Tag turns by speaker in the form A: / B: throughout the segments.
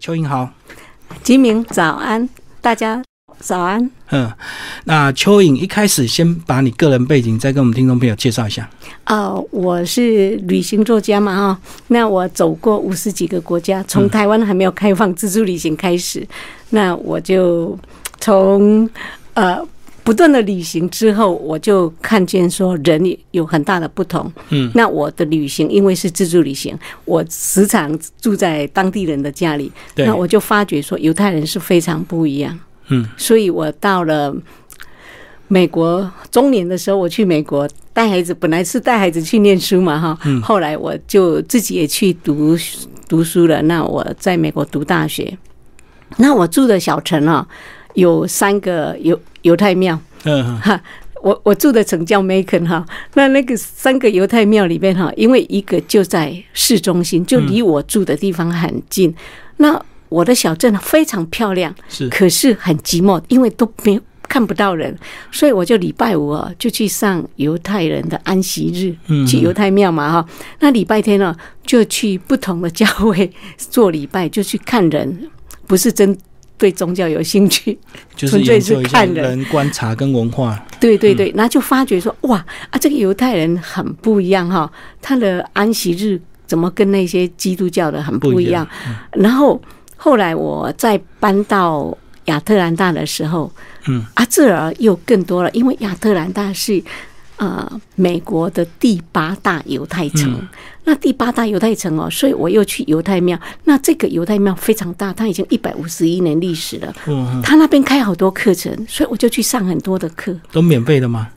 A: 邱莹好，
B: 吉明早安，大家早安。
A: 嗯，那邱颖一开始先把你个人背景再跟我们听众朋友介绍一下。
B: 呃，我是旅行作家嘛，哈，那我走过五十几个国家，从台湾还没有开放自助旅行开始，那我就从呃不断的旅行之后，我就看见说人也有很大的不同。
A: 嗯，
B: 那我的旅行因为是自助旅行，我时常住在当地人的家里，
A: 对
B: 那，我就发觉说犹太人是非常不一样。
A: 嗯，
B: 所以我到了美国中年的时候，我去美国带孩子，本来是带孩子去念书嘛，哈，
A: 嗯
B: 后来我就自己也去读读书了。那我在美国读大学，那我住的小城啊，有三个犹犹太庙。
A: 嗯
B: 我我住的城叫 Macon 哈，那那个三个犹太庙里面哈，因为一个就在市中
A: 嗯
B: 心，就离我住的地方很近。那我的小镇非常漂亮，
A: 是，
B: 可是很寂寞，因为都没有看不到人，所以我就礼拜五啊就去上犹太人的安息日，
A: 嗯
B: 去犹太庙嘛哈。那礼拜天呢、就去不同的教会做礼拜，就去看人，不是真对宗教有兴趣。
A: 就是
B: 纯粹
A: 研
B: 是
A: 究一下
B: 看人
A: 人观察跟文化。
B: 对对对，然后就发觉说，哇啊，这个犹太人很不一样哈、他的安息日怎么跟那些基督教的很不一样？嗯然后后来我再搬到亚特兰大的时候，
A: 嗯，
B: 啊，这儿又更多了，因为亚特兰大是呃美国的第八大犹太城。那第八大犹太城哦，所以我又去犹太庙。那这个犹太庙非常大，它已经一百五十一年历史了。
A: 嗯，
B: 他那边开好多课程，所以我就去上很多的课。
A: 都免费的吗？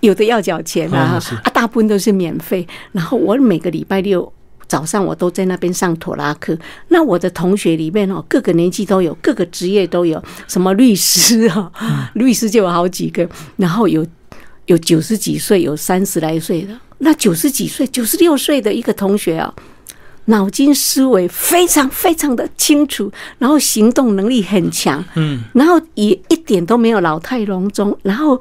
B: 有的要缴钱
A: 哦
B: 啊
A: 是，
B: 啊，大部分都是免费。然后我每个礼拜六早上我都在那边上妥拉课。那我的同学里面哦，各个年纪都有，各个职业都有，什么律师啊、律师就有好几个，然后有有九十几岁，有三十来岁的。那九十几岁、九十六岁的一个同学啊、脑筋思维非常非常的清楚，然后行动能力很强，
A: 嗯，
B: 然后也一点都没有老态龙钟，然后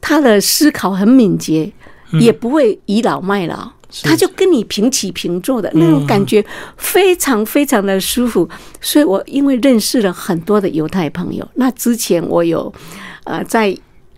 B: 他的思考很敏捷，也不会倚老卖老，
A: 是
B: 他就跟你平起平坐的那种感觉，非常非常的舒服。所以我因为认识了很多的犹太朋友，那之前我有呃在。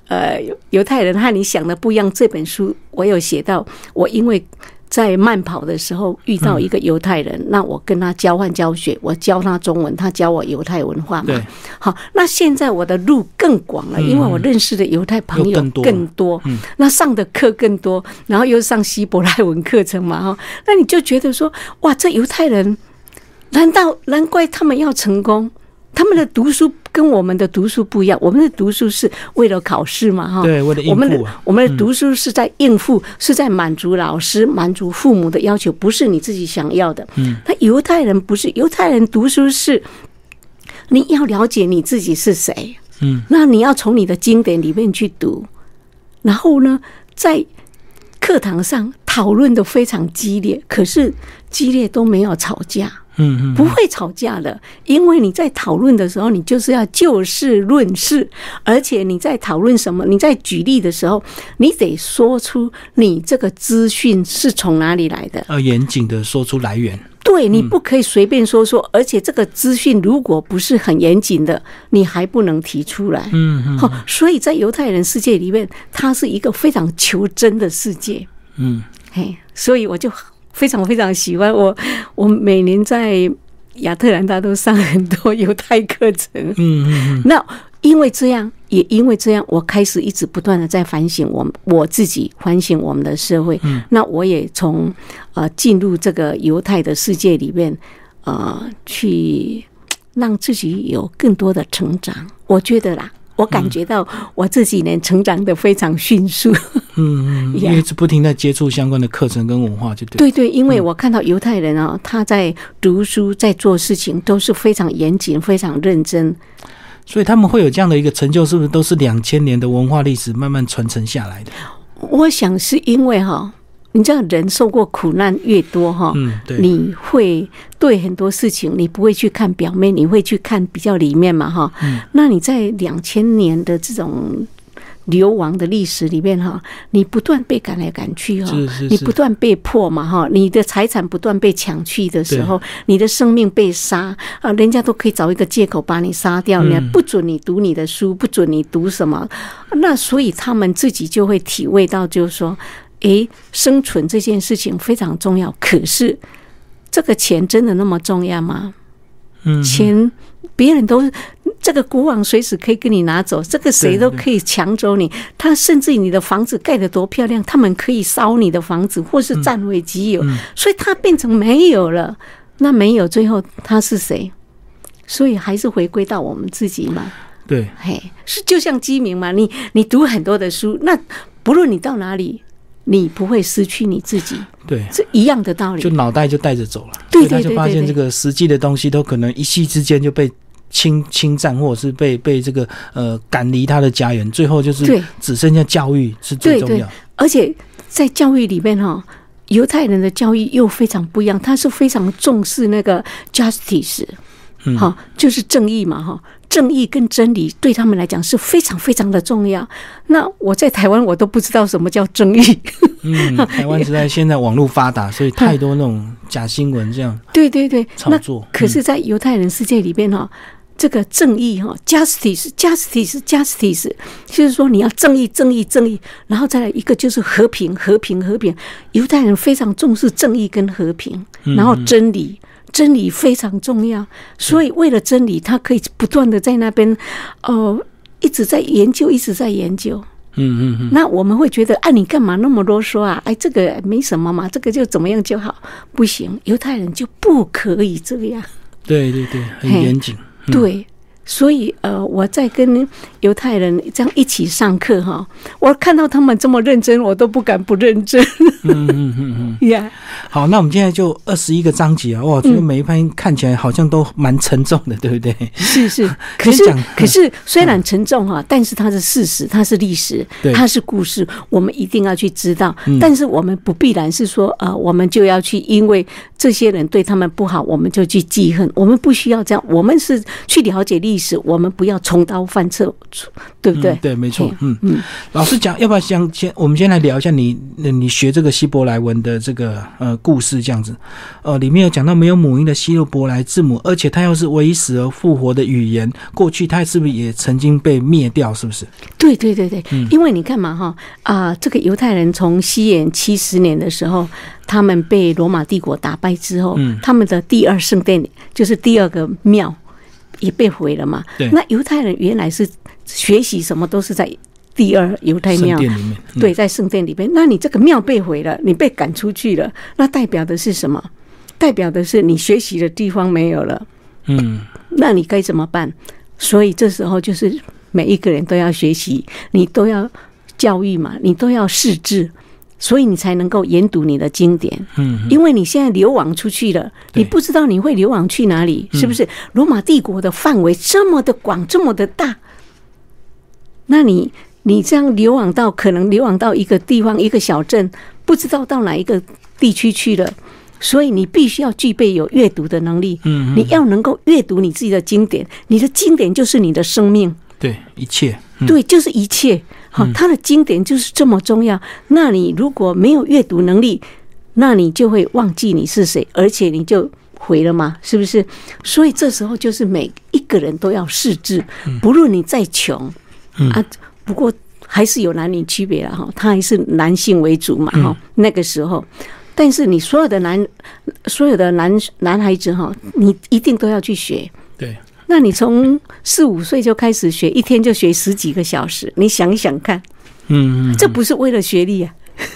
B: 呃，犹太人和你想的不一样。这本书我有写到，我因为在慢跑的时候遇到一个犹太人，那我跟他交换教学，我教他中文，他教我犹太文化嘛
A: 对。
B: 好，那现在我的路更广了，因为我认识的犹太朋
A: 嗯又更
B: 友
A: 多了嗯
B: 更多，那上的课更多，然后又上希伯来文课程嘛，哈，那你就觉得说，哇，这犹太人，难道难怪他们要成功？他们的读书跟我们的读书不一样，我们的读书是为了考试嘛，哈，
A: 对，为了应
B: 哦我们的
A: 付啊。
B: 我们的读书是在应付，是在满足老师、满足父母的要求，不是你自己想要的。
A: 嗯，
B: 那犹太人不是犹太人读书是，你要了解你自己是谁。
A: 嗯，
B: 那你要从你的经典里面去读，然后呢，在课堂上讨论的非常激烈，可是激烈都没有吵架。
A: 嗯嗯，
B: 不会吵架的，因为你在讨论的时候，你就是要就事论事，而且你在讨论什么，你在举例的时候，你得说出你这个资讯是从哪里来的。
A: 要严谨的说出来源。
B: 对
A: 嗯
B: 你不可以随便说说，而且这个资讯如果不是很严谨的，你还不能提出来。
A: 嗯嗯
B: 好、所以在犹太人世界里面，它是一个非常求真的世界。
A: 嗯，
B: 嘿，所以我就非常非常喜欢我，我每年在亚特兰大都上很多犹太课程。
A: 嗯嗯嗯，
B: 那因为这样，也因为这样，我开始一直不断的在反省我们我自己，反省我们的社会。
A: 嗯、
B: 那我也从呃进入这个犹太的世界里面，呃，去让自己有更多的成长。我觉得啦。我感觉到我这几年成长的非常迅速，
A: 嗯嗯，因为一直不停在接触相关的课程跟文化，就对。
B: 对对，因为
A: 嗯
B: 我看到犹太人啊、他在读书、在做事情都是非常严谨、非常认真。
A: 所以他们会有这样的一个成就，是不是都是两千年的文化历史慢慢传承下来的？
B: 我想是因为哈、你知道人受过苦难越多哈、
A: 嗯，对，
B: 哦你会对很多事情你不会去看表
A: 嗯
B: 面，你会去看比较里面嘛哈。那你在两千年的这种流亡的历史里面哈，你不断被赶来赶去哈
A: 是是，
B: 你
A: 是
B: 不断被迫嘛哈，你的财产不断被抢去的时候，你的生命被杀啊，人家都可以找一个借口把你杀
A: 嗯
B: 掉，你还不准你读你的书，不准你读什么，那所以他们自己就会体会到，就是说，诶，生存这件事情非常重要，可是这个钱真的那么重要吗？
A: 嗯，
B: 钱别人都这个国王随时可以跟你拿走，这个谁都
A: 对
B: 可以抢走你。他甚至你的房子盖得多漂亮，他们可以烧你的房子，或是占为己有，
A: 嗯
B: 所以他变成没有了。那没有，最后他是谁？所以还是回归到我们自己嘛。
A: 对，
B: 嘿，是就像鸡鸣嘛，你你读很多的书，那不论你到哪里，你不会失去你自己，
A: 对，
B: 这一样的道理
A: 就。脑袋就带着走了，所
B: 对
A: 以他
B: 对
A: 就
B: 对
A: 发
B: 对
A: 现
B: 对
A: 这个实际的东西都可能一夕之间就被侵侵占，或者是被被这个呃赶离他的家园，最后就是
B: 对
A: 只剩下教育是最
B: 对
A: 重
B: 对
A: 要。，
B: 而且在教育里面哈，犹太人的教育又非常不一样，他是非常重视那个 justice，
A: 嗯
B: 哈、就是正义嘛哈，正义跟真理对他们来讲是非常非常的重要。那我在台湾我都不知道什么叫正义，
A: 嗯，台湾时代现在网络发达，所以太多那种假新闻这样
B: 对对对，
A: 炒
B: 那
A: 作。
B: 可是，在犹太人世界里边哈。这个正义哈，justice，justice，justice，就是说你要正义，正义，正义，然后再来一个就是和平，和平，和平。犹太人非常重视正义跟和平，然后真理，真理非常重要。所以为了真理，他可以不断的在那边，呃，一直在研究，一直在研究。
A: 嗯嗯嗯
B: 那我们会觉得，哎、你干嘛那么啰嗦啊？哎，这个没什么嘛，这个就怎么样就好。不行，犹太人就不可以这样。
A: 嗯，对对对，很
B: 嘿
A: 严谨。嗯
B: 对，所以呃，我在跟犹太人这样一起上课哈，我看到他们这么认真，我都不敢不认真
A: 嗯嗯嗯 嗯。
B: 呀。
A: 好，那我们现在就二十一个章节啊，哇，这个
B: 嗯
A: 每一篇看起来好像都蛮沉重的，对不对？
B: 是是， 可是
A: 先讲嗯
B: 可是虽然沉重哈，但是它是事实，它是历史
A: 对，
B: 它是故事，我们一定要去知道
A: 嗯。
B: 但是我们不必然是说呃，我们就要去因为这些人对他们不好，我们就去记恨。我们不需要这样，我们是去了解历史，我们不要重蹈覆辙，对不对
A: 嗯？对，没错
B: 嘿。
A: 嗯
B: 嗯，
A: 老师讲，要不要先先我们先来聊一下你呃你学这个希伯来文的这个呃故事这样子，呃，里面有讲到没有母音的希伯来字母，而且它又是为死而复活的语言，过去它是不是也曾经被灭掉？是不是？
B: 对对对对，
A: 嗯
B: 因为你看嘛哈啊、这个犹太人从西元七十年的时候，他们被罗马帝国打败之后，
A: 嗯
B: 他们的第二圣殿就是第二个庙也被毁了嘛
A: 对。
B: 那犹太人原来是学习什么都是在第二犹太
A: 圣
B: 庙。
A: 殿里面，嗯
B: 对，在圣殿里边，那你这个庙被毁了，你被赶出去了，那代表的是什么？代表的是你学习的地方没有了。
A: 嗯，
B: 那你该怎么办？所以这时候就是每一个人都要学习，你都要教育嘛，你都要识字，所以你才能够研读你的经典。
A: 嗯，
B: 因为你现在流亡出去了，
A: 对嗯
B: 你不知道你会流亡去哪里，是不是？罗马帝国的范围这么的广，这么的大，那你你这样流亡到可能流亡到一个地方一个小镇，不知道到哪一个地区去了，所以你必须要具备有阅读的能力。
A: 嗯
B: 你要能够阅读你自己的经典，你的经典就是你的生命，
A: 对，一切，嗯
B: 对，就是一切。好，他的经典就是这么重要。那你如果没有阅读能力，那你就会忘记你是谁，而且你就毁了嘛，是不是？所以这时候就是每一个人都要识字，不论你再穷啊，不过还是有男女区别了哈，他还是男性为主嘛哈，那个时候。但是你所有的男，所有的男男孩子哈，你一定都要去学，
A: 对，
B: 那你从四五岁就开始学，一天就学十几个小时，你想一想看，
A: 嗯，嗯
B: 这不是为了学历啊，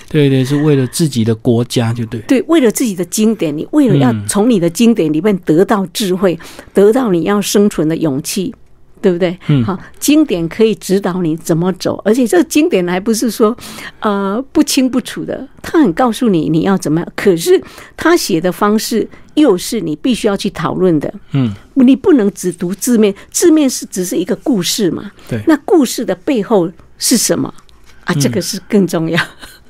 A: 对对，是为了自己的国家，就对，
B: 对，为了自己的经典，你为了要
A: 嗯
B: 从你的经典里面得到智慧，得到你要生存的勇气。对不对？
A: 嗯
B: 好，经典可以指导你怎么走，而且这个经典还不是说，呃，不清不楚的，他很告诉你你要怎么样。可是他写的方式又是你必须要去讨论的，
A: 嗯，
B: 你不能只读字面，字面是只是一个故事嘛。
A: 对
B: 那故事的背后是什么啊？这个是更重要。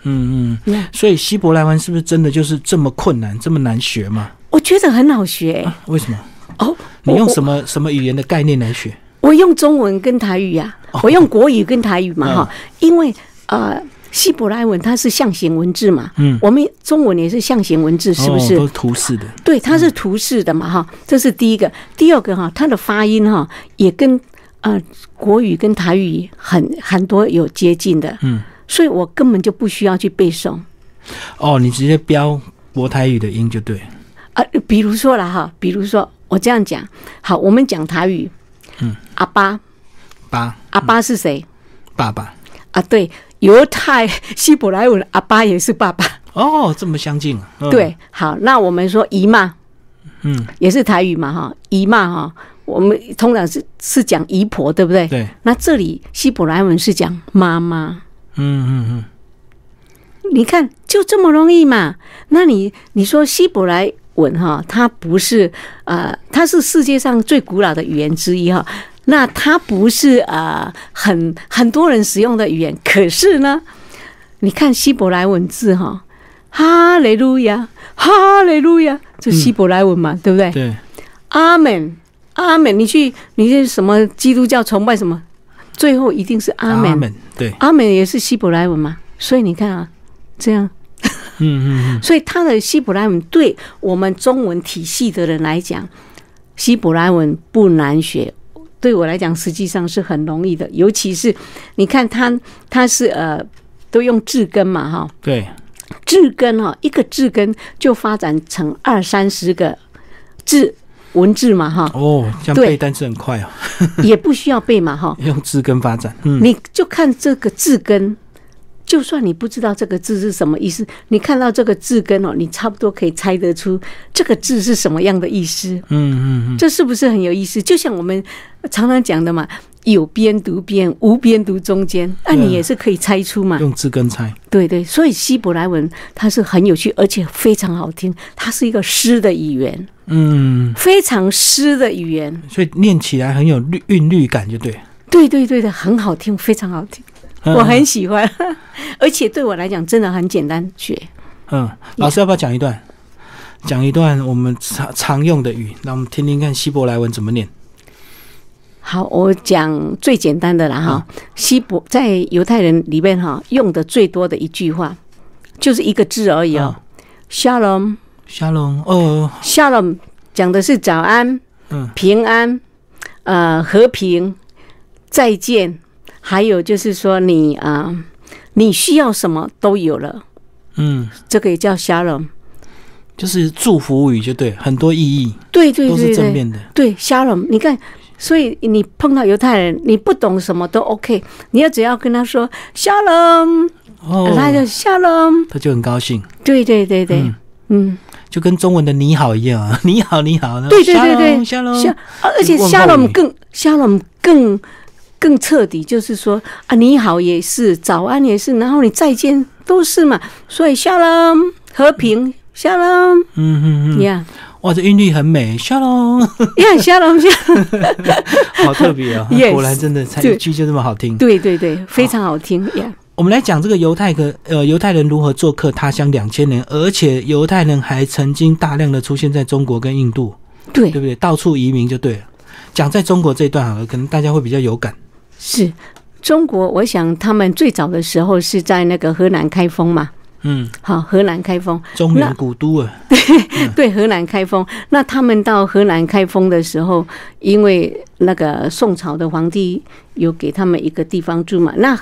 A: 嗯嗯
B: Yeah，
A: 所以希伯来文是不是真的就是这么困难，这么难学嘛？
B: 我觉得很好学、
A: 为什么？
B: 哦。
A: 啊你用
B: 我
A: 什么什么语言的概念来学？
B: 我我用中文跟台语呀、
A: 哦
B: 啊，我用国语跟台语
A: 嗯
B: 嘛哈，因为呃。希伯来文它是象形文字嘛，
A: 嗯
B: 我们中文也是象形文字，是不是？
A: 哦、都是嗯图示的？
B: 对，它是图示的嘛，哈，这是第一个。第二个哈，它的发音哈也跟呃国语跟台语很很多有接近的，
A: 嗯，
B: 所以我根本就不需要去背诵
A: 哦，你直接标国台语的音就对。
B: 啊、呃比如说了哈，比如说我这样讲，好，我们讲台语，
A: 嗯，
B: 阿巴，
A: 爸，
B: 阿巴是谁、
A: 爸爸。
B: 啊？对，犹太希伯来文阿巴也是爸爸。
A: 哦，这么相近啊？嗯，
B: 对，好，那我们说姨妈
A: 嗯，
B: 也是台语嘛，哈，姨妈哈，我们通常是是讲姨婆，对不对？
A: 对，
B: 那这里希伯来文是讲妈妈，
A: 嗯嗯
B: 你看就这么容易嘛？那你你说希伯来文哈，它不是呃，它是世界上最古老的语言之一哈。那它不是呃很很多人使用的语言，可是呢，你看希伯来文字哈，哈雷路亚，哈雷路亚，这希伯来文嘛，对不对
A: 嗯，？对，
B: 阿门，阿门。你去你去什么基督教崇拜什么，最后一定是阿门。
A: 们，对，
B: 阿美也是希伯来文嘛，所以你看啊，这样，
A: 嗯嗯
B: 所以他的希伯来文对我们中文体系的人来讲，希伯来文不难学。对我来讲，实际上是很容易的，尤其是你看他，他是呃，都用字根嘛，哈，
A: 嗯，对，
B: 字根哈，一个字根就发展成二三十个字文字嘛，哈，
A: 哦，这样
B: 对
A: 背单词很快哦，
B: 也不需要背嘛，哈，
A: 用字根发展，嗯，
B: 你就看这个字根，就算你不知道这个字是什么意思，你看到这个字根哦，你差不多可以猜得出这个字是什么样的意思。
A: 嗯嗯
B: 这是不是很有意思？就像我们常常讲的嘛，有边读边，无边读中间，那、
A: 对啊
B: 你也是可以猜出嘛
A: 嗯，。用字根猜，
B: 对对，所以希伯来文它是很有趣，而且非常好听，它是一个诗的语言，
A: 嗯，
B: 非常诗的语言。
A: 所以念起来很有律韵律感，就对。
B: 对对对的，很好听，非常好听。
A: 嗯
B: 我很喜欢， 而且对我来讲真的很简单学。
A: 嗯，老师要不要讲一段？讲一段我们常常用的语，让我们听听看希伯来文怎么念。
B: 好，我讲最简单的啦哈。希伯在犹太人里面哈用的最多的一句话，就是一个字而已哦。Shalom，Shalom
A: 沙龙，嗯哦，
B: 讲的是早安、
A: 嗯
B: 平安、呃和平、再见，还有就是说你啊、呃你需要什么都有了，
A: 嗯，
B: 这个也叫 Shalom。
A: 就是祝福语，就对，很多意义
B: 对对
A: 都
B: 对
A: 是正
B: 对，
A: 面的。
B: 对，Shalom，你看，所以你碰到犹太人，你不懂什么都 OK，你要只要跟他说 Shalom，、
A: 哦，
B: 他就 Shalom，
A: 他就很高兴，
B: 对对对对，
A: 嗯
B: 嗯。
A: 就跟中文的你好一样啊， 你好你好，
B: 对对对对
A: 沙龙
B: 像啊而且
A: 问候
B: shalom
A: 语
B: 更 shalom 更更彻底，就是说啊，你好也是，早安也是，然后你再见都是嘛，所以 shalom 和平 shalom
A: 嗯嗯嗯，
B: 呀
A: 哇，这韵律很美，沙龙，
B: 呀 shalom shalom，
A: 好特别啊
B: Yes，
A: 果然真的才
B: 对
A: 一句就这么好听。
B: 对对对，非常好听呀。
A: 我们来讲这个犹太的呃犹太人如何做客他乡两千年，而且犹太人还曾经大量的出现在中国跟印度，
B: 对
A: 对，不对？到处移民就对了。讲在中国这一段好了，可能大家会比较有感。
B: 是中国，我想他们最早的时候是在那个河南开封嘛，
A: 嗯，
B: 好，河南开封，
A: 中原古都啊，
B: 对，河南开封。那他们到河南开封的时候，因为那个宋朝的皇帝有给他们一个地方住嘛，那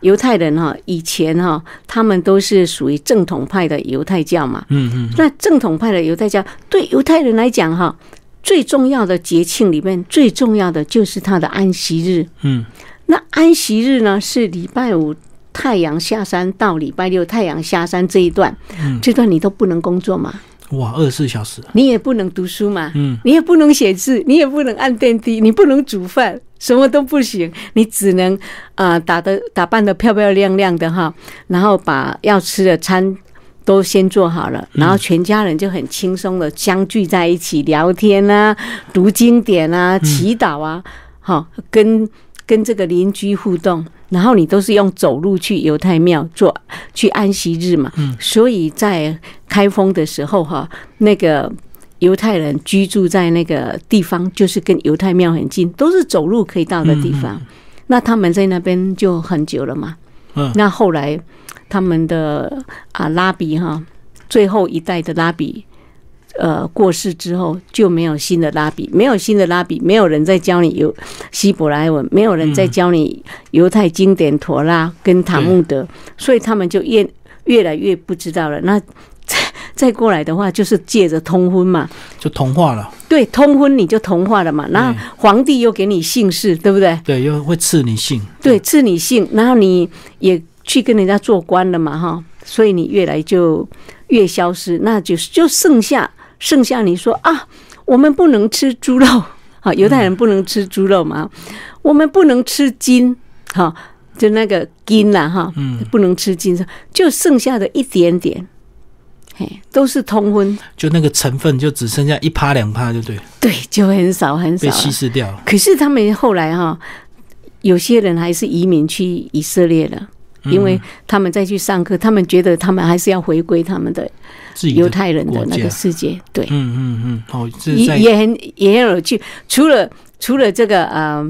B: 犹太人哈、以前哈、他们都是属于正统派的犹太教嘛，
A: 嗯嗯，
B: 那正统派的犹太教对犹太人来讲哈、最重要的节庆里面最重要的就是他的安息日，
A: 嗯，
B: 那安息日呢是礼拜五太阳下山到礼拜六太阳下山这一段，这段你都不能工作嘛，
A: 哇，二十四小时，
B: 你也不能读书嘛，
A: 嗯，
B: 你也不能写字，你也不能按电梯，你不能煮饭，什么都不行，你只能啊、呃打的打扮的漂漂亮亮的哈，然后把要吃的餐。都先做好了，然后全家人就很轻松的相聚在一起聊天啊，读经典啊，祈祷啊，好、跟跟这个邻居互动，然后你都是用走路去犹太庙做去安息日嘛，所以在开封的时候哈、那个犹太人居住在那个地方，就是跟犹太庙很近，都是走路可以到的地方。那他们在那边就很久了嘛。
A: 嗯
B: 那后来他们的啊拉比哈，最后一代的拉比。呃，过世之后就没有新的拉比，没有新的拉比，没有人再教你犹希伯来文，没有人再教你犹太经典陀拉跟塔木德，所以他们就越越来越不知道了。那再过来的话，就是借着通婚嘛，
A: 就同化了，
B: 对，通婚你就同化了嘛。那
A: 对
B: 皇帝又给你姓氏，对不对？
A: 对，又会赐你姓，
B: 对，赐你姓，然后你也去跟人家做官了嘛，哈，所以你越来就越消失，那就是就剩下剩下你说啊，我们不能吃猪肉， 啊，犹太人不能吃猪肉嘛，我们不能吃筋，哈，就那个筋啦，哈，
A: 嗯，
B: 不能吃筋，就剩下的一点点，嘿，都是通婚，
A: 就那个成分就只剩下一趴两趴，就对了，
B: 对，就很少很少
A: 被
B: 了
A: 稀释掉了。
B: 可是他们后来哈、有些人还是移民去以色列了，
A: 嗯
B: 因为他们再去上课，他们觉得他们还是要回归他们的
A: 自己的
B: 犹太人的那
A: 国家
B: 个世界，对，
A: 嗯嗯嗯，哦，这是
B: 也
A: 在
B: 也很也很有趣。除了除了这个呃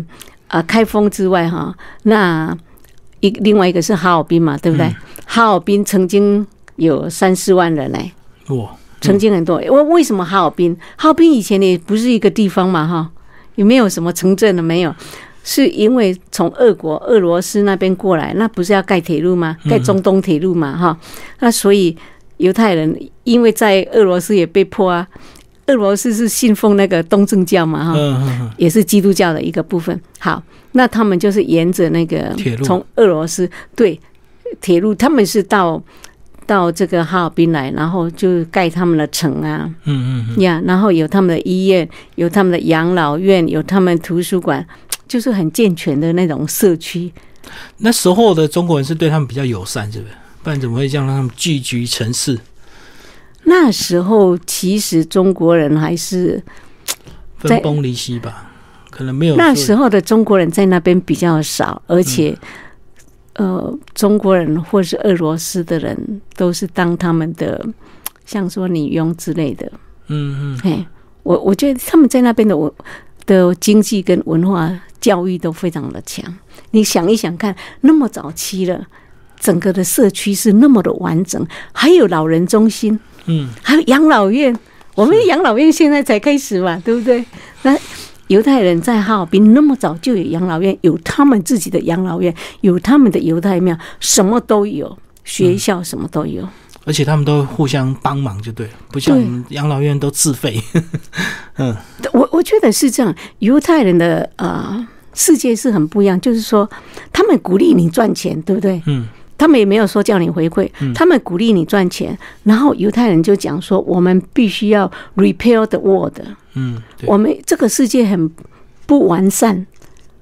B: 呃开封之外哈、那一另外一个是哈尔滨嘛，对不
A: 嗯
B: 对？哈尔滨曾经有三四万人嘞、
A: 我
B: 曾经很多。为为什么哈尔滨？哈尔滨以前也不是一个地方嘛，哈，也没有什么城镇了，没有。是因为从俄国、俄罗斯那边过来，那不是要盖铁路吗？盖中东铁路嘛，哈、那所以犹太人因为在俄罗斯也被迫啊，俄罗斯是信奉那个东正教嘛，哈、
A: 嗯嗯嗯，
B: 也是基督教的一个部分。好，那他们就是沿着那个
A: 铁路
B: 从俄罗斯对铁路，他们是到到这个哈尔滨来，然后就盖他们的城啊，
A: 嗯嗯
B: 呀、然后有他们的医院，有他们的养老院，有他们图书馆，就是很健全的那种社区。
A: 嗯，那时候的中国人是对他们比较友善，是不是？不然怎么会这样让他们聚居城市？
B: 那时候其实中国人还是
A: 分
B: 在
A: 崩离析吧，可能没有
B: 那
A: 说
B: 时候的中国人在那边比较少，而且、
A: 嗯
B: 呃，中国人或是俄罗斯的人都是当他们的像说女佣之类的。
A: 嗯嗯，
B: 嘿，我我觉得他们在那边的文的经济跟文化教育都非常的强。你想一想看，那么早期了。整个的社区是那么的完整，还有老人中心，
A: 嗯，
B: 还有养老院，我们养老院现在才开始嘛，对不对？那犹太人在哈尔滨那么早就有养老院，有他们自己的养老院，有他们的犹太庙，什么都有，学校什么都有。
A: 而且他们都互相帮忙就对了，不像
B: 对
A: 我们养老院都自费。
B: 我我觉得是这样，犹太人的呃世界是很不一样，就是说他们鼓励你赚钱，对不对？
A: 嗯，
B: 他们也没有说叫你回馈，他们鼓励你赚钱。然后犹太人就讲说，我们必须要 repair the world。
A: 嗯，对，
B: 我们这个世界很不完善，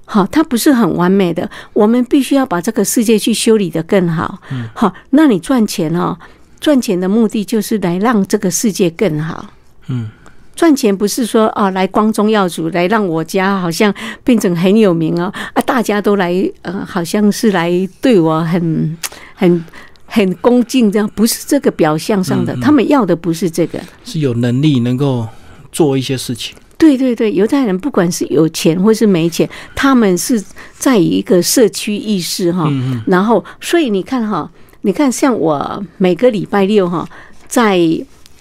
B: 好，它不是很完美的，我们必须要把这个世界去修理的更好。
A: 嗯
B: 好，那你赚钱哦，赚钱的目的就是来让这个世界更好。
A: 嗯，
B: 赚钱不是说啊来光宗耀祖，来让我家好像变成很有名哦，啊，大家都来呃，好像是来对我很很。很恭敬，这样不是这个表象上
A: 嗯
B: 的，他们要的不是这个，
A: 是有能力能够做一些事情。
B: 对对对，犹太人不管是有钱或是没钱，他们是在一个社区意识哈。
A: 嗯
B: 然后，所以你看哈，你看像我每个礼拜六哈，在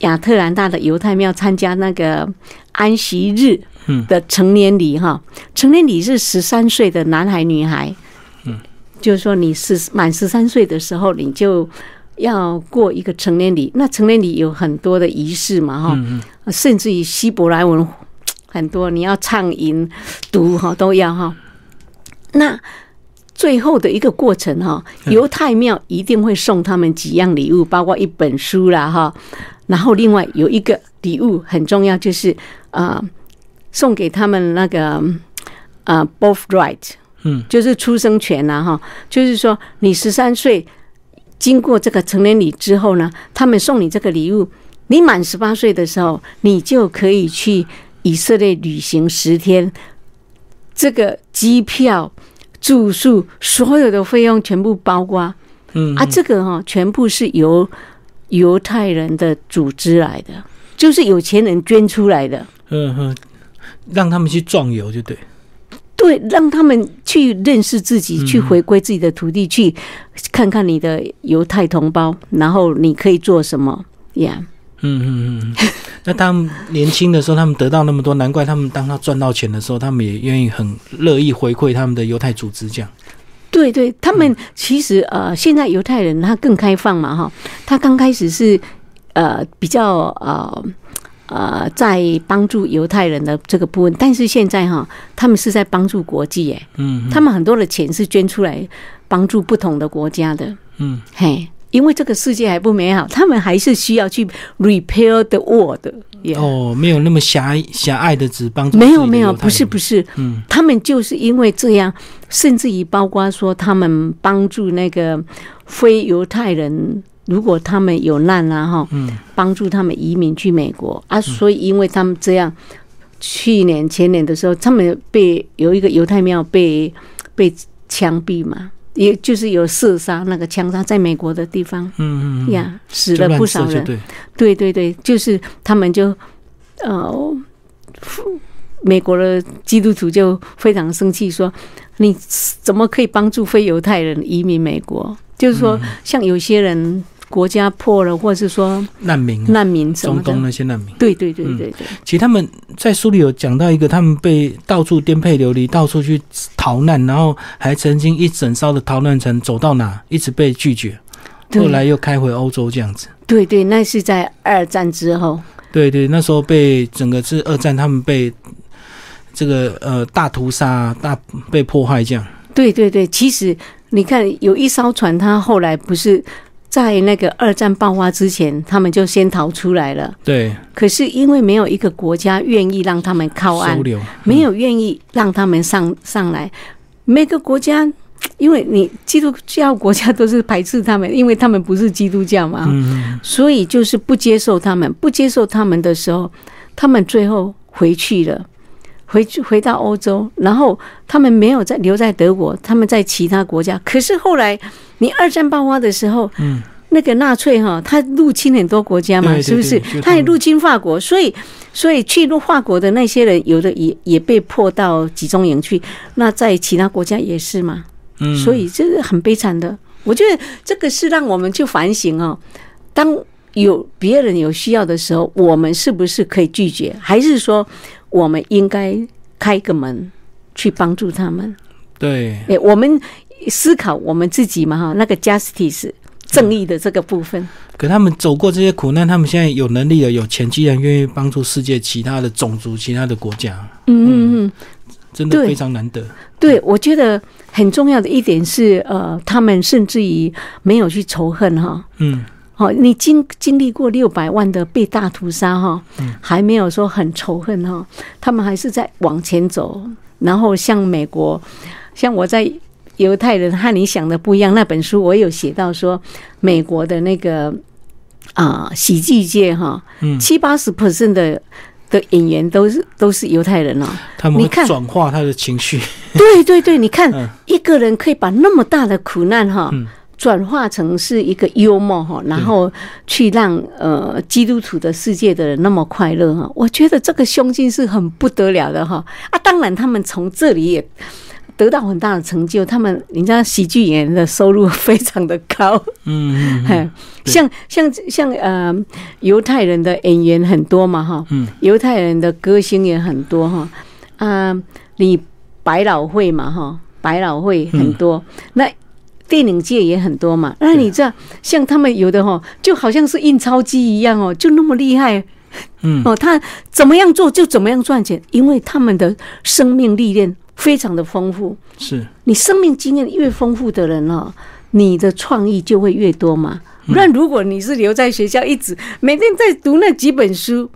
B: 亚特兰大的犹太庙参加那个安息日
A: 嗯
B: 的成年礼哈。成年礼是十三岁的男孩女孩，
A: 嗯
B: 就是说你是满十三岁的时候，你就要过一个成年礼。那成年礼有很多的仪式嘛哈。
A: 嗯嗯，
B: 甚至于希伯来文很多，你要唱吟读哈都要哈。那最后的一个过程哈，
A: 嗯
B: 犹太庙一定会送他们几样礼物，包括一本书啦哈，然后另外有一个礼物很重要，就是啊、呃送给他们那个啊 birth right，
A: 嗯，
B: 就是出生权啦、哈，就是说你十三岁经过这个成年礼之后呢，他们送你这个礼物，你满十八岁的时候，你就可以去以色列旅行十天，这个机票、住宿所有的费用全部包括。
A: 嗯
B: 啊，这个哈、全部是由犹太人的组织来的。就是有钱人捐出来的。
A: 嗯哼，让他们去壮游就对。
B: 对，让他们去认识自己，去回归自己的土地，去看看你的犹太同胞，然后你可以做什么呀
A: 嗯嗯嗯 嗯，那他们年轻的时候，他们得到那么多，难怪他们当他赚到钱的时候，他们也愿意很乐意回馈他们的犹太组织这样。
B: 对对，他们
A: 嗯
B: 其实呃，现在犹太人他更开放嘛哈，他刚开始是呃比较呃呃在帮助犹太人的这个部分，但是现在哈，他们是在帮助国际耶，
A: 嗯
B: 他们很多的钱是捐出来帮助不同的国家的，
A: 嗯，
B: 嘿，因为这个世界还不美好，他们还是需要去 repair the world，yeah、
A: 哦，没有那么狭隘狭隘的只帮助
B: 没
A: 自己
B: 有
A: 的
B: 没有，
A: 犹太
B: 不是
A: 人
B: 不是，
A: 嗯
B: 他们就是因为这样，甚至于包括说他们帮助那个非犹太人，如果他们有难啦、哈，
A: 嗯
B: 帮助他们移民去美国啊，所以因为他们这样，去年前年的时候，他们被有一个犹太庙被被枪毙嘛，也就是有射杀那个枪杀在美国的地方
A: 嗯嗯嗯，
B: 呀，死
A: 就
B: 了
A: 乱
B: 不
A: 射
B: 少
A: 就
B: 人。
A: 对，
B: 对对对，就是他们就呃，美国的基督徒就非常生气说，你怎么可以帮助非犹太人移民美国？就是说，
A: 嗯
B: 像有些人国家破了，或是说
A: 难民啊、
B: 难民什么
A: 中
B: 的
A: 东，那嗯些难民。
B: 对对对对对，
A: 其实他们在书里有讲到一个，他们被到处颠沛流离，到处去逃难，然后还曾经一整艘的逃难船走到哪，一直被拒绝，
B: 对
A: 后来又开回欧洲这样子。
B: 对对，那是在二战之后，
A: 对对，那时候被整个是二战，他们被这个呃大屠杀、大被迫害这样。
B: 对对对，其实你看，有一艘船，它后来不是在那个二战爆发之前，他们就先逃出来了。
A: 对，
B: 可是因为没有一个国家愿意让他们靠岸
A: 收，留。
B: 没有愿意让他们上上来，每个国家，因为你基督教国家都是排斥他们，因为他们不是基督教嘛，
A: 嗯，
B: 所以就是不接受他们。不接受他们的时候，他们最后回去了。回去回到欧洲，然后他们没有在留在德国，他们在其他国家。可是后来你二战爆发的时候，
A: 嗯，
B: 那个纳粹哈，他入侵很多国家嘛，
A: 对对
B: 是
A: 对就
B: 不？
A: 是是
B: 他也
A: 他们
B: 入侵法国，所以所以去入法国的那些人，有的也也被迫到集中营去。那在其他国家也是嘛，
A: 嗯
B: 所以这是很悲惨的。我觉得这个是让我们去反省哦，当有别人有需要的时候，我们是不是可以拒绝？还是说我们应该开个门去帮助他们？
A: 对，
B: 哎，我们思考我们自己嘛哈，那个 justice 正义的这个部分，
A: 可他们走过这些苦难，他们现在有能力了，有钱，居然愿意帮助世界其他的种族、其他的国家，
B: 嗯嗯嗯。
A: 真的
B: 对
A: 非常难得。
B: 对，我觉得很重要的一点是，呃，他们甚至于没有去仇恨哈，
A: 嗯，
B: 哦，你经经历过六百万的被大屠杀哈，还没有说很仇恨哈，他们还是在往前走。然后像美国，像我在《犹太人和你想的不一样》那本书，我有写到说，美国的那个啊、喜剧界哈，
A: 嗯
B: 七八十 percent 的的演员都是都是犹太人哦。
A: 他们
B: 你看
A: 会转化他的情绪。
B: 对对对，你看、
A: 嗯
B: 一个人可以把那么大的苦难哈
A: 嗯，
B: 转化成是一个幽默哈，然后去让呃基督徒的世界的人那么快乐哈，我觉得这个胸襟是很不得了的哈啊！当然，他们从这里也。得到很大的成就，他们你知道喜剧演员的收入非常的高，
A: 嗯嗯
B: 嘿
A: 对
B: 像像像呃犹太人的演员很多嘛哈，
A: 嗯，
B: 犹太人的歌星也很多哈，啊、你百老汇嘛哈，百老汇很多，
A: 嗯
B: 那电影界也很多嘛，那你知道
A: 啊
B: 像他们有的哈，就好像是印钞机一样哦，就那么厉害
A: 嗯
B: 哦，他怎么样做就怎么样赚钱，因为他们的生命历练非常的丰富，
A: 嗯，是。
B: 你生命经验越丰富的人哦，你的创意就会越多嘛。不然，如果你是留在学校一直每天在读那几本书，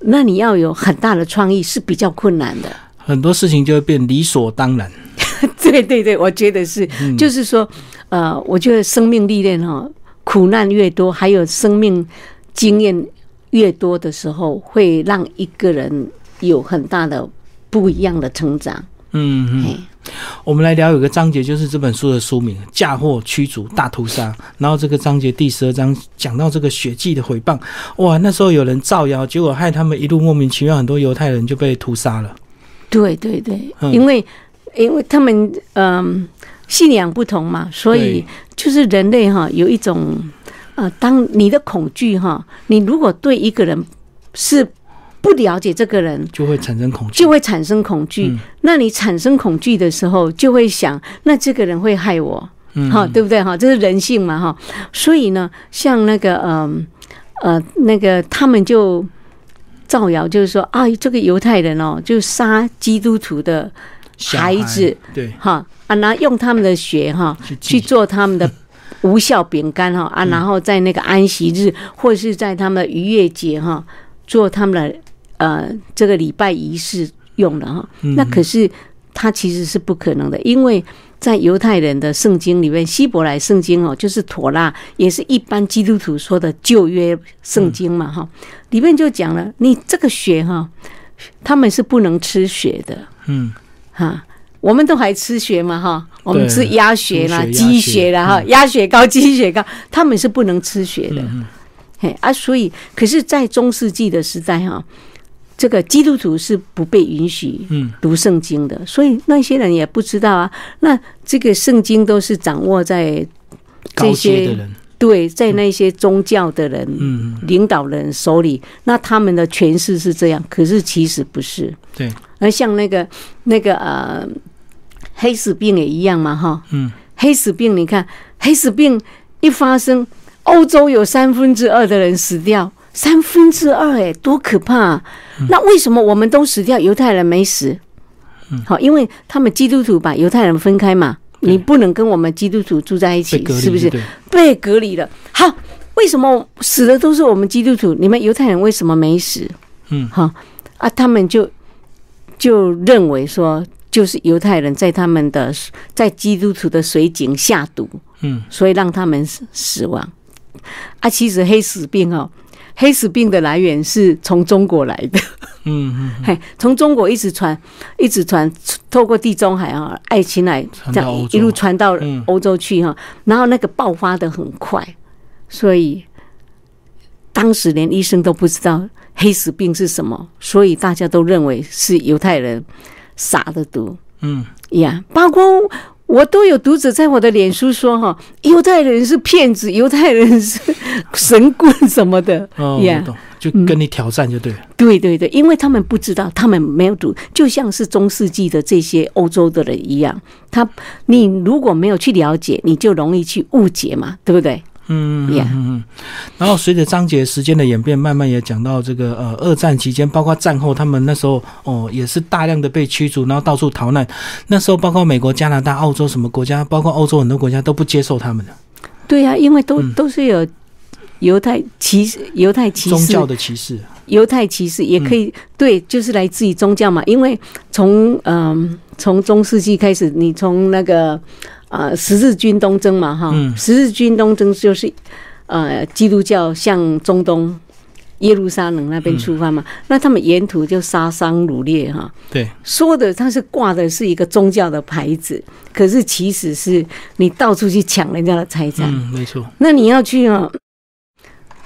B: 那你要有很大的创意是比较困难的。
A: 很多事情就会变理所当然。
B: 对对对，我觉得是，就是说，呃，我觉得生命历练哈、哦，苦难越多，还有生命经验越多的时候，会让一个人有很大的不一样的成长。
A: 嗯嗯。
B: 嘿，
A: 我们来聊有个章节，就是这本书的书名《嫁祸驱逐大屠杀》。然后这个章节第十二章讲到这个血祭的毁谤，哇，那时候有人造谣，结果害他们一路莫名其妙，很多犹太人就被屠杀了。
B: 对对对，
A: 嗯
B: 因为因为他们嗯、信仰不同嘛，所以
A: 对
B: 就是人类哈有一种呃，当你的恐惧哈，你如果对一个人是不了解这个人，
A: 就会产生恐惧
B: 就。会产生恐惧。
A: 嗯
B: 那你产生恐惧的时候，就会想，那这个人会害我，
A: 嗯
B: 哈、对不对？哈，这是人性嘛，哈。所以呢，像那个，嗯、呃，那个他们就造谣，就是说啊，这个犹太人哦，就杀基督徒的
A: 小
B: 孩子
A: 对
B: 哈啊，拿用他们的血哈
A: 去祭
B: 去做他们的无效饼干哈啊，然后在那个安息日或是在他们的逾越节哈做他们的呃这个礼拜仪式用的哈。
A: 嗯
B: 那可是它其实是不可能的，因为在犹太人的圣经里面，希伯来圣经哦，就是妥拉，也是一般基督徒说的旧约圣经嘛哈，里面就讲了，你这个血哈，他们是不能吃血的。
A: 嗯
B: 哈，我们都还吃血嘛哈，我们吃鸭血啦、
A: 猪血嗯
B: 鸡血啦哈，鸭血糕、鸡血糕，他们是不能吃血的。嘿啊，所以可是，在中世纪的时代哈，这个基督徒是不被允许
A: 嗯
B: 读圣经的，所以那些人也不知道啊。那这个圣经都是掌握在
A: 高
B: 这
A: 阶
B: 些
A: 的人，
B: 对在那些宗教的人、
A: 嗯嗯
B: 领导人手里，那他们的诠释是这样，可是其实不是。
A: 对
B: 而像那个那个呃，黑死病也一样嘛，哈，
A: 嗯
B: 黑死病，你看黑死病一发生，欧洲有三分之二的人死掉，三分之二，哎，多可怕、啊！
A: 嗯
B: 那为什么我们都死掉，犹太人没死？好，因为他们基督徒把犹太人分开嘛，
A: 嗯对
B: 你不能跟我们基督徒住在一
A: 被
B: 起，
A: 隔离
B: 是不是？
A: 对
B: 被隔离了。好，为什么死的都是我们基督徒？你们犹太人为什么没死？
A: 嗯
B: 哈啊，他们就就认为说，就是犹太人在他们的在基督徒的水井下毒，
A: 嗯
B: 所以让他们死死亡。啊，其实黑死病哦，黑死病的来源是从中国来的。
A: 嗯嗯，
B: 嘿，从中国一直传，一直传，透过地中海啊、爱琴海
A: 传
B: 这
A: 到
B: 样
A: 欧洲
B: 一路传到
A: 嗯
B: 欧洲去哈、然后那个爆发的很快，所以当时连医生都不知道黑死病是什么，所以大家都认为是犹太人撒的毒。
A: 嗯
B: 呀包括我都有读者在我的脸书说哈，犹太人是骗子，犹太人是神棍什么的。
A: 哦，
B: Yeah 嗯
A: 我懂，就跟你挑战就对了。
B: 对对对，因为他们不知道，他们没有读，就像是中世纪的这些欧洲的人一样，他你如果没有去了解，你就容易去误解嘛，对不对？
A: 嗯嗯
B: Yeah
A: 嗯嗯，然后随着章节时间的演变，慢慢也讲到这个呃，二战期间，包括战后，他们那时候哦也是大量的被驱逐，然后到处逃难。那时候包括美国、加拿大、澳洲什么国家，包括欧洲很多国家都不接受他们的
B: 对呀、因为都
A: 嗯
B: 都是有犹太歧视、犹太歧
A: 宗
B: 视、
A: 教的歧视。
B: 犹太歧视，也可以、
A: 嗯
B: 对，就是来自于宗教嘛。因为从嗯从中世纪开始，你从那个呃十字军东征嘛哈，
A: 嗯
B: 十字军东征就是呃基督教向中东耶路撒冷那
A: 嗯
B: 边出发嘛，那他们沿途就杀伤掳掠哈，
A: 对，
B: 说的他是挂的是一个宗教的牌子，可是其实是你到处去抢人家的财产。
A: 嗯，没错，
B: 那你要去哦，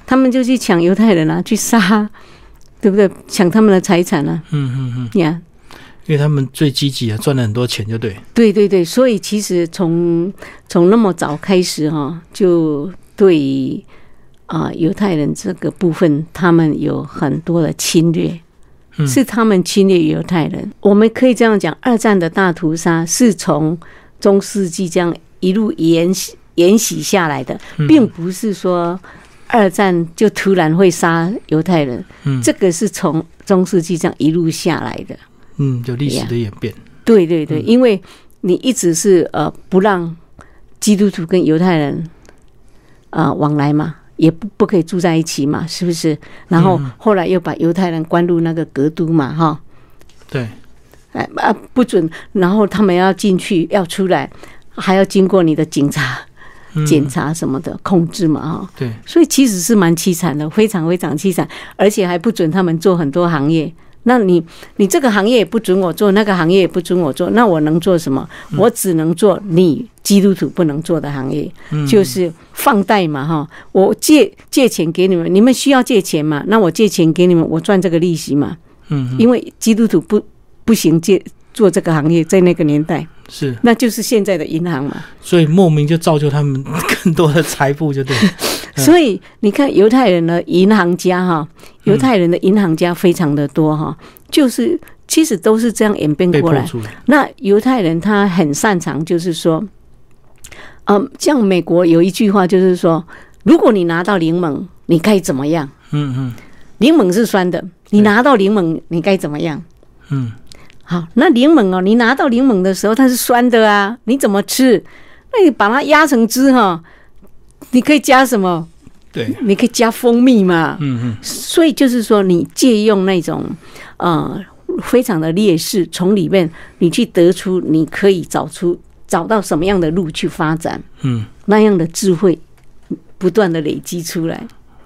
B: 他们就去抢犹太人啊，去杀，对不对？抢他们的财产啊，
A: 嗯嗯嗯，
B: 呀、
A: 因为他们最积极啊，赚了很多钱就对。
B: 对对对，所以其实从从那么早开始哈、就对于啊、犹太人这个部分，他们有很多的侵略。
A: 嗯
B: 是他们侵略犹太人，我们可以这样讲：二战的大屠杀是从中世纪这样一路沿袭沿袭下来的，
A: 嗯
B: 并不是说二战就突然会杀犹太人，
A: 嗯
B: 这个是从中世纪这样一路下来的。
A: 嗯，有历史的演变。
B: 对对对，因为你一直是呃不让基督徒跟犹太人呃往来嘛，也不不可以住在一起嘛，是不是？然后后来又把犹太人关入那个格都嘛，哈，
A: 对，
B: 哎啊不准，然后他们要进去要出来，还要经过你的警察
A: 嗯
B: 检查什么的控制嘛，哈。
A: 对，
B: 所以其实是蛮凄惨的，非常非常凄惨，而且还不准他们做很多行业，那你你这个行业也不准我做，那个行业也不准我做，那我能做什么？我只能做你基督徒不能做的行业，就是放贷嘛哈。我借借钱给你们，你们需要借钱嘛？那我借钱给你们，我赚这个利息嘛。
A: 嗯，
B: 因为基督徒不不行借做这个行业，在那个年代，
A: 是，
B: 那就是现在的银行嘛。
A: 所以莫名就造就他们更多的财富，就对了， 嗯
B: 所以你看犹太人的银行家哈，犹太人的银行家非常的多哈，就是其实都是这样演变
A: 被
B: 过
A: 破
B: 来。
A: 除了，
B: 那犹太人他很擅长，就是说，嗯，像美国有一句话就是说，如果你拿到柠檬，你该怎么样？
A: 嗯
B: 柠檬是酸的，你拿到柠檬，你该怎么样？
A: 嗯嗯，
B: 好，那柠檬哦，你拿到柠檬的时候它是酸的啊，你怎么吃？那你把它压成汁哈、你可以加什么？
A: 对，
B: 你可以加蜂蜜嘛。
A: 嗯嗯
B: 所以就是说，你借用那种呃非常的劣势，从里面你去得出，你可以找出找到什么样的路去发展，
A: 嗯
B: 那样的智慧不断的累积出来，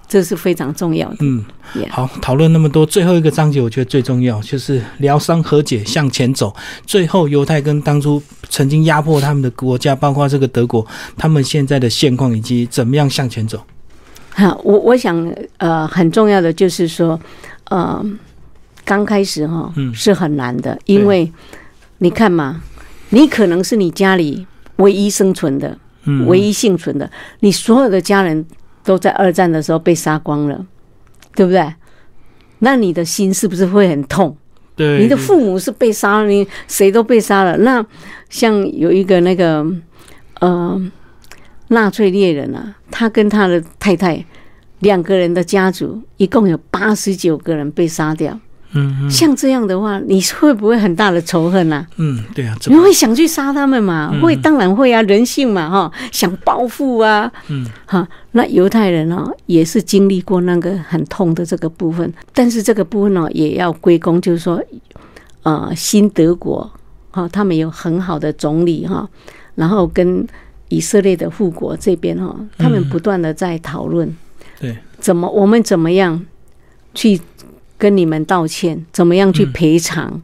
B: 这是非常重要的。
A: 嗯
B: Yeah
A: 好，讨论那么多，最后一个章节我觉得最重要，就是疗伤和解，向前走。最后，犹太跟当初曾经压迫他们的国家，包括这个德国，他们现在的现况以及怎么样向前走。
B: 哈，我我想呃很重要的就是说，呃，刚开始哈
A: 嗯
B: 是很难的，因为你看嘛，你可能是你家里唯一生存的，
A: 嗯，
B: 唯一幸存的，你所有的家人都在二战的时候被杀光了，对不对？那你的心是不是会很痛？
A: 对
B: 你的父母是被杀了，你谁都被杀了。那像有一个那个呃纳粹猎人啊，他跟他的太太两个人的家族，一共有八十九个人被杀掉。
A: 嗯嗯
B: 像这样的话，你会不会很大的仇恨啊？
A: 嗯，对啊，怎
B: 你
A: 么嗯
B: 会想去杀他们嘛？会，当然会啊，人性嘛，哈，想报复啊，
A: 嗯，
B: 哈，那犹太人哦，也是经历过那个很痛的这个部分，但是这个部分呢、哦，也要归功，就是说，呃，新德国，哈、他们有很好的总理哈、然后跟以色列的护国这边哈、他们不断的在讨论，
A: 嗯对
B: 怎么我们怎么样去跟你们道歉，怎么样去
A: 嗯
B: 赔偿、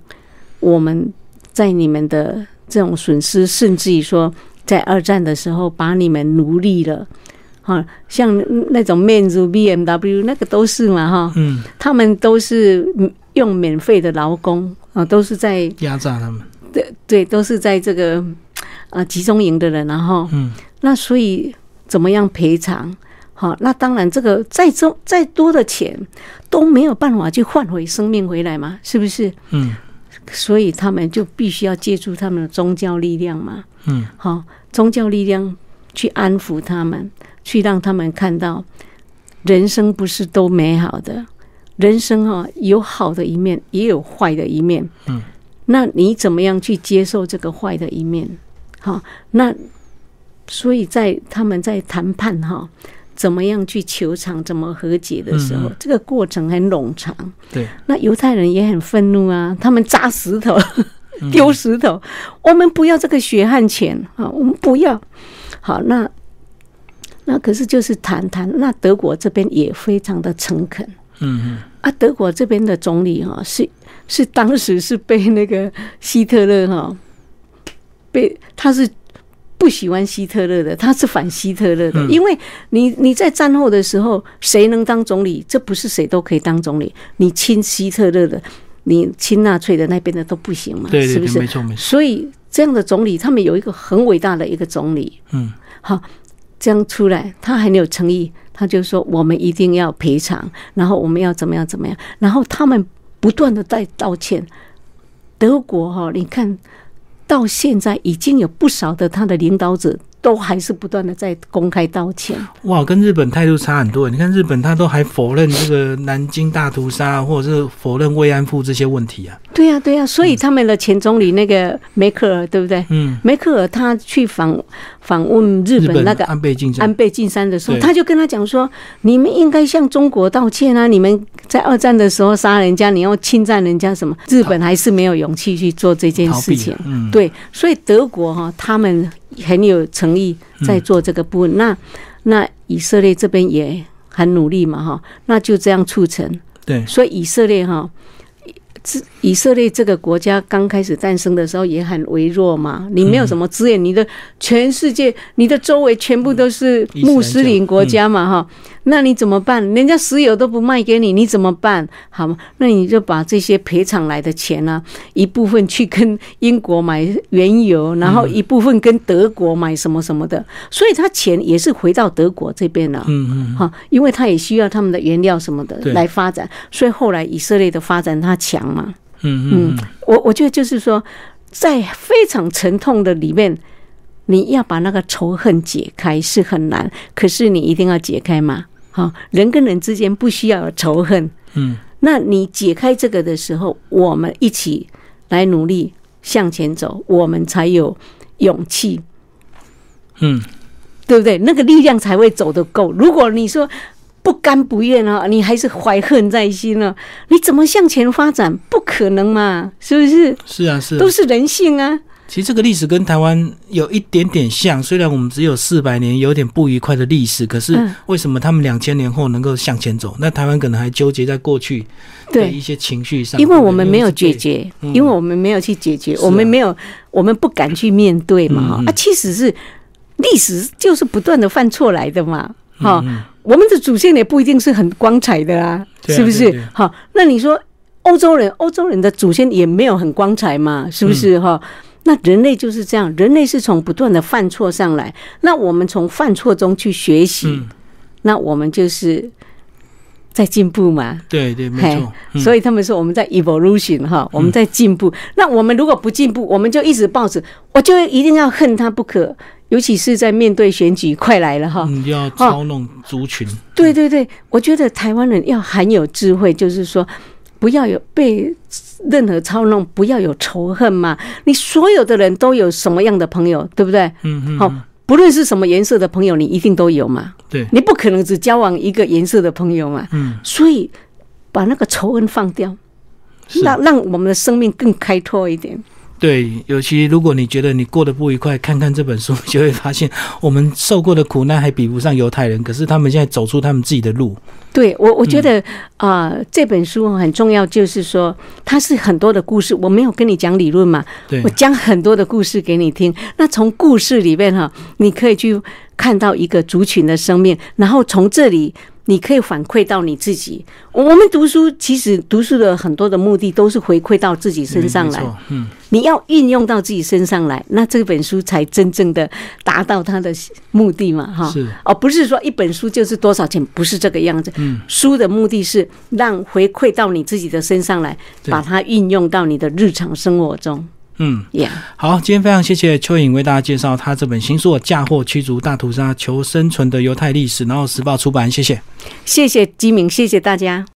B: 我们在你们的这种损失，甚至于说在二战的时候把你们奴隶了。啊，像那种面子 BMW 那个都是嘛哈，
A: 嗯
B: 他们都是用免费的劳工啊，都是在
A: 压榨他们？
B: 对对，都是在这个啊集中营的人，然后
A: 嗯
B: 那所以怎么样赔偿？好，那当然，这个再多再多的钱都没有办法去换回生命回来嘛，是不是？
A: 嗯
B: 所以他们就必须要借助他们的宗教力量嘛，
A: 嗯
B: 好、宗教力量去安抚他们，去让他们看到人生不是都美好的，人生哈、有好的一面，也有坏的一面。
A: 嗯，
B: 那你怎么样去接受这个坏的一面？好、那所以在他们在谈判哈、怎么样去求偿，怎么和解的时候，
A: 嗯嗯
B: 这个过程很冗长。
A: 对，
B: 那犹太人也很愤怒啊，他们砸石头、
A: 嗯
B: 丢石头，我们不要这个血汗钱啊，我们不要。好，那那可是就是谈谈，那德国这边也非常的诚恳
A: 嗯
B: 啊，德国这边的总理哈、是是当时是被那个希特勒哈、被他是。不喜欢希特勒的，他是反希特勒的，
A: 嗯
B: 因为你你在战后的时候，谁能当总理？这不是谁都可以当总理，你亲希特勒的，你亲纳粹的那边的都不行
A: 嗯，
B: 嘛，
A: 对
B: 是
A: 对对，
B: 不是
A: 没？错没错，
B: 所以这样的总理，他们有一个很伟大的一个总理，
A: 嗯
B: 这样出来，他很有诚意，他就说我们一定要赔偿，然后我们要怎么样怎么样，然后他们不断的在道歉。德国哈、你看到现在已经有不少的他的领导者都还是不断的在公开道歉。
A: 哇，跟日本态度差很多。你看日本，他都还否认这个南京大屠杀，或者是否认慰安妇这些问题啊。
B: 对呀、对呀、所以他们的前总理那个梅克尔，对不对？
A: 嗯，
B: 梅克尔他去访访问日
A: 日
B: 本
A: 本
B: 那个
A: 安倍晋三
B: 安，倍晋三的时候，
A: 对
B: 他就跟他讲说：“你们应该向中国道歉啊！你们在二战的时候杀人家，你要侵占人家什么？日本还是没有勇气去做这件
A: 逃
B: 事
A: 避
B: 情
A: 了。嗯，
B: 对，所以德国哈、他们很有诚意在做这个部分。那那以色列这边也很努力嘛哈，那就这样促成。
A: 对
B: 所以以色列哈、自以色列这个国家刚开始诞生的时候也很微弱嘛，你没有什么资源，你的全世界，你的周围全部都是
A: 伊斯兰
B: 穆斯林
A: 教
B: 国家嘛，哈、那你怎么办？人家石油都不卖给你，你怎么办？好吗？那你就把这些赔偿来的钱呢、一部分去跟英国买原油，然
A: 嗯
B: 后一部分跟德国买什么什么的，所以他钱也是回到德国这边啊了、
A: 嗯嗯，
B: 哈，因为他也需要他们的原料什么的
A: 对
B: 来发展，所以后来以色列的发展它强嘛。
A: 嗯嗯嗯，
B: 我我觉得就是说，在非常沉痛的里面，你要把那个仇恨解开是很难，可是你一定要解开嘛。哈，人跟人之间不需要有仇恨。
A: 嗯，
B: 那你解开这个的时候，我们一起来努力向前走，我们才有勇气。
A: 嗯，
B: 对不对？那个力量才会走得够。如果你说不甘不愿啊，你还是怀恨在心呢、你怎么向前发展？不可能嘛，是不是？
A: 是啊是啊
B: 都。是人性啊。
A: 其实这个历史跟台湾有一点点像，虽然我们只有四百年，有点不愉快的历史，可是
B: 嗯
A: 为什么他们两千年后能够向前走？那台湾可能还纠结在过去的一
B: 对，
A: 些情绪上，
B: 因为
A: 对不对
B: 我们没有解，决，
A: 嗯
B: 因为我们没有去解决，
A: 是啊
B: 我们没有，我们不敢去面对嘛。哈
A: 嗯嗯
B: 啊，其实是历史就是不断的犯错来的嘛。哈、
A: 嗯嗯
B: 我们的祖先也不一定是很光彩的啊，
A: 对啊
B: 是不
A: 对
B: 是
A: 啊？
B: 好，那你说欧洲人，欧洲人的祖先也没有很光彩嘛，是不
A: 嗯
B: 是哈？那人类就是这样，人类是从不断的犯错上来，那我们从犯错中去学习，
A: 嗯
B: 那我们就是在进步嘛。
A: 对对，没
B: 嘿
A: 错，嗯
B: 所以他们说我们在 evolution 哈，我们在进步。那我们如果不进步，我们就一直抱着，我就一定要恨他不可。尤其是在面对选举快来了哈，
A: 你嗯要操弄族群，
B: 对对对，我觉得台湾人要很有智慧，就是说不要有被任何操弄，不要有仇恨嘛。你所有的人都有什么样的朋友，对不对？
A: 嗯嗯，
B: 好、不论是什么颜色的朋友，你一定都有嘛。
A: 对，
B: 你不可能只交往一个颜色的朋友嘛。
A: 嗯，
B: 所以把那个仇恨放掉，
A: 是。
B: 让让我们的生命更开拓一点。
A: 对，尤其如果你觉得你过得不愉快，看看这本书，就会发现我们受过的苦难还比不上犹太人，可是他们现在走出他们自己的路。
B: 对我，我觉得
A: 嗯
B: 啊、呃这本书很重要，就是说它是很多的故事。我没有跟你讲理论嘛，
A: 对
B: 我，讲很多的故事给你听。那从故事里面哈，你可以去看到一个族群的生命，然后从这里你可以反馈到你自己。我我们读书其实读书的很多的目的都是回馈到自己身上
A: 没
B: 来，
A: 错，嗯，
B: 你要运用到自己身上来，那这本书才真正的达到它的目的嘛，哈。
A: 是，
B: 哦，不是说一本书就是多少钱，不是这个样子。嗯，书的目的是让回馈到你自己的身上来，
A: 对
B: 把它运用到你的日常生活中。
A: 嗯。
B: Yeah。
A: 好，今天非常谢谢蚯蚓为大家介绍他这本新书《嫁祸驱逐大屠杀：求生存的犹太历史》，然后时报出版，谢谢。
B: 谢谢基明，谢谢大家。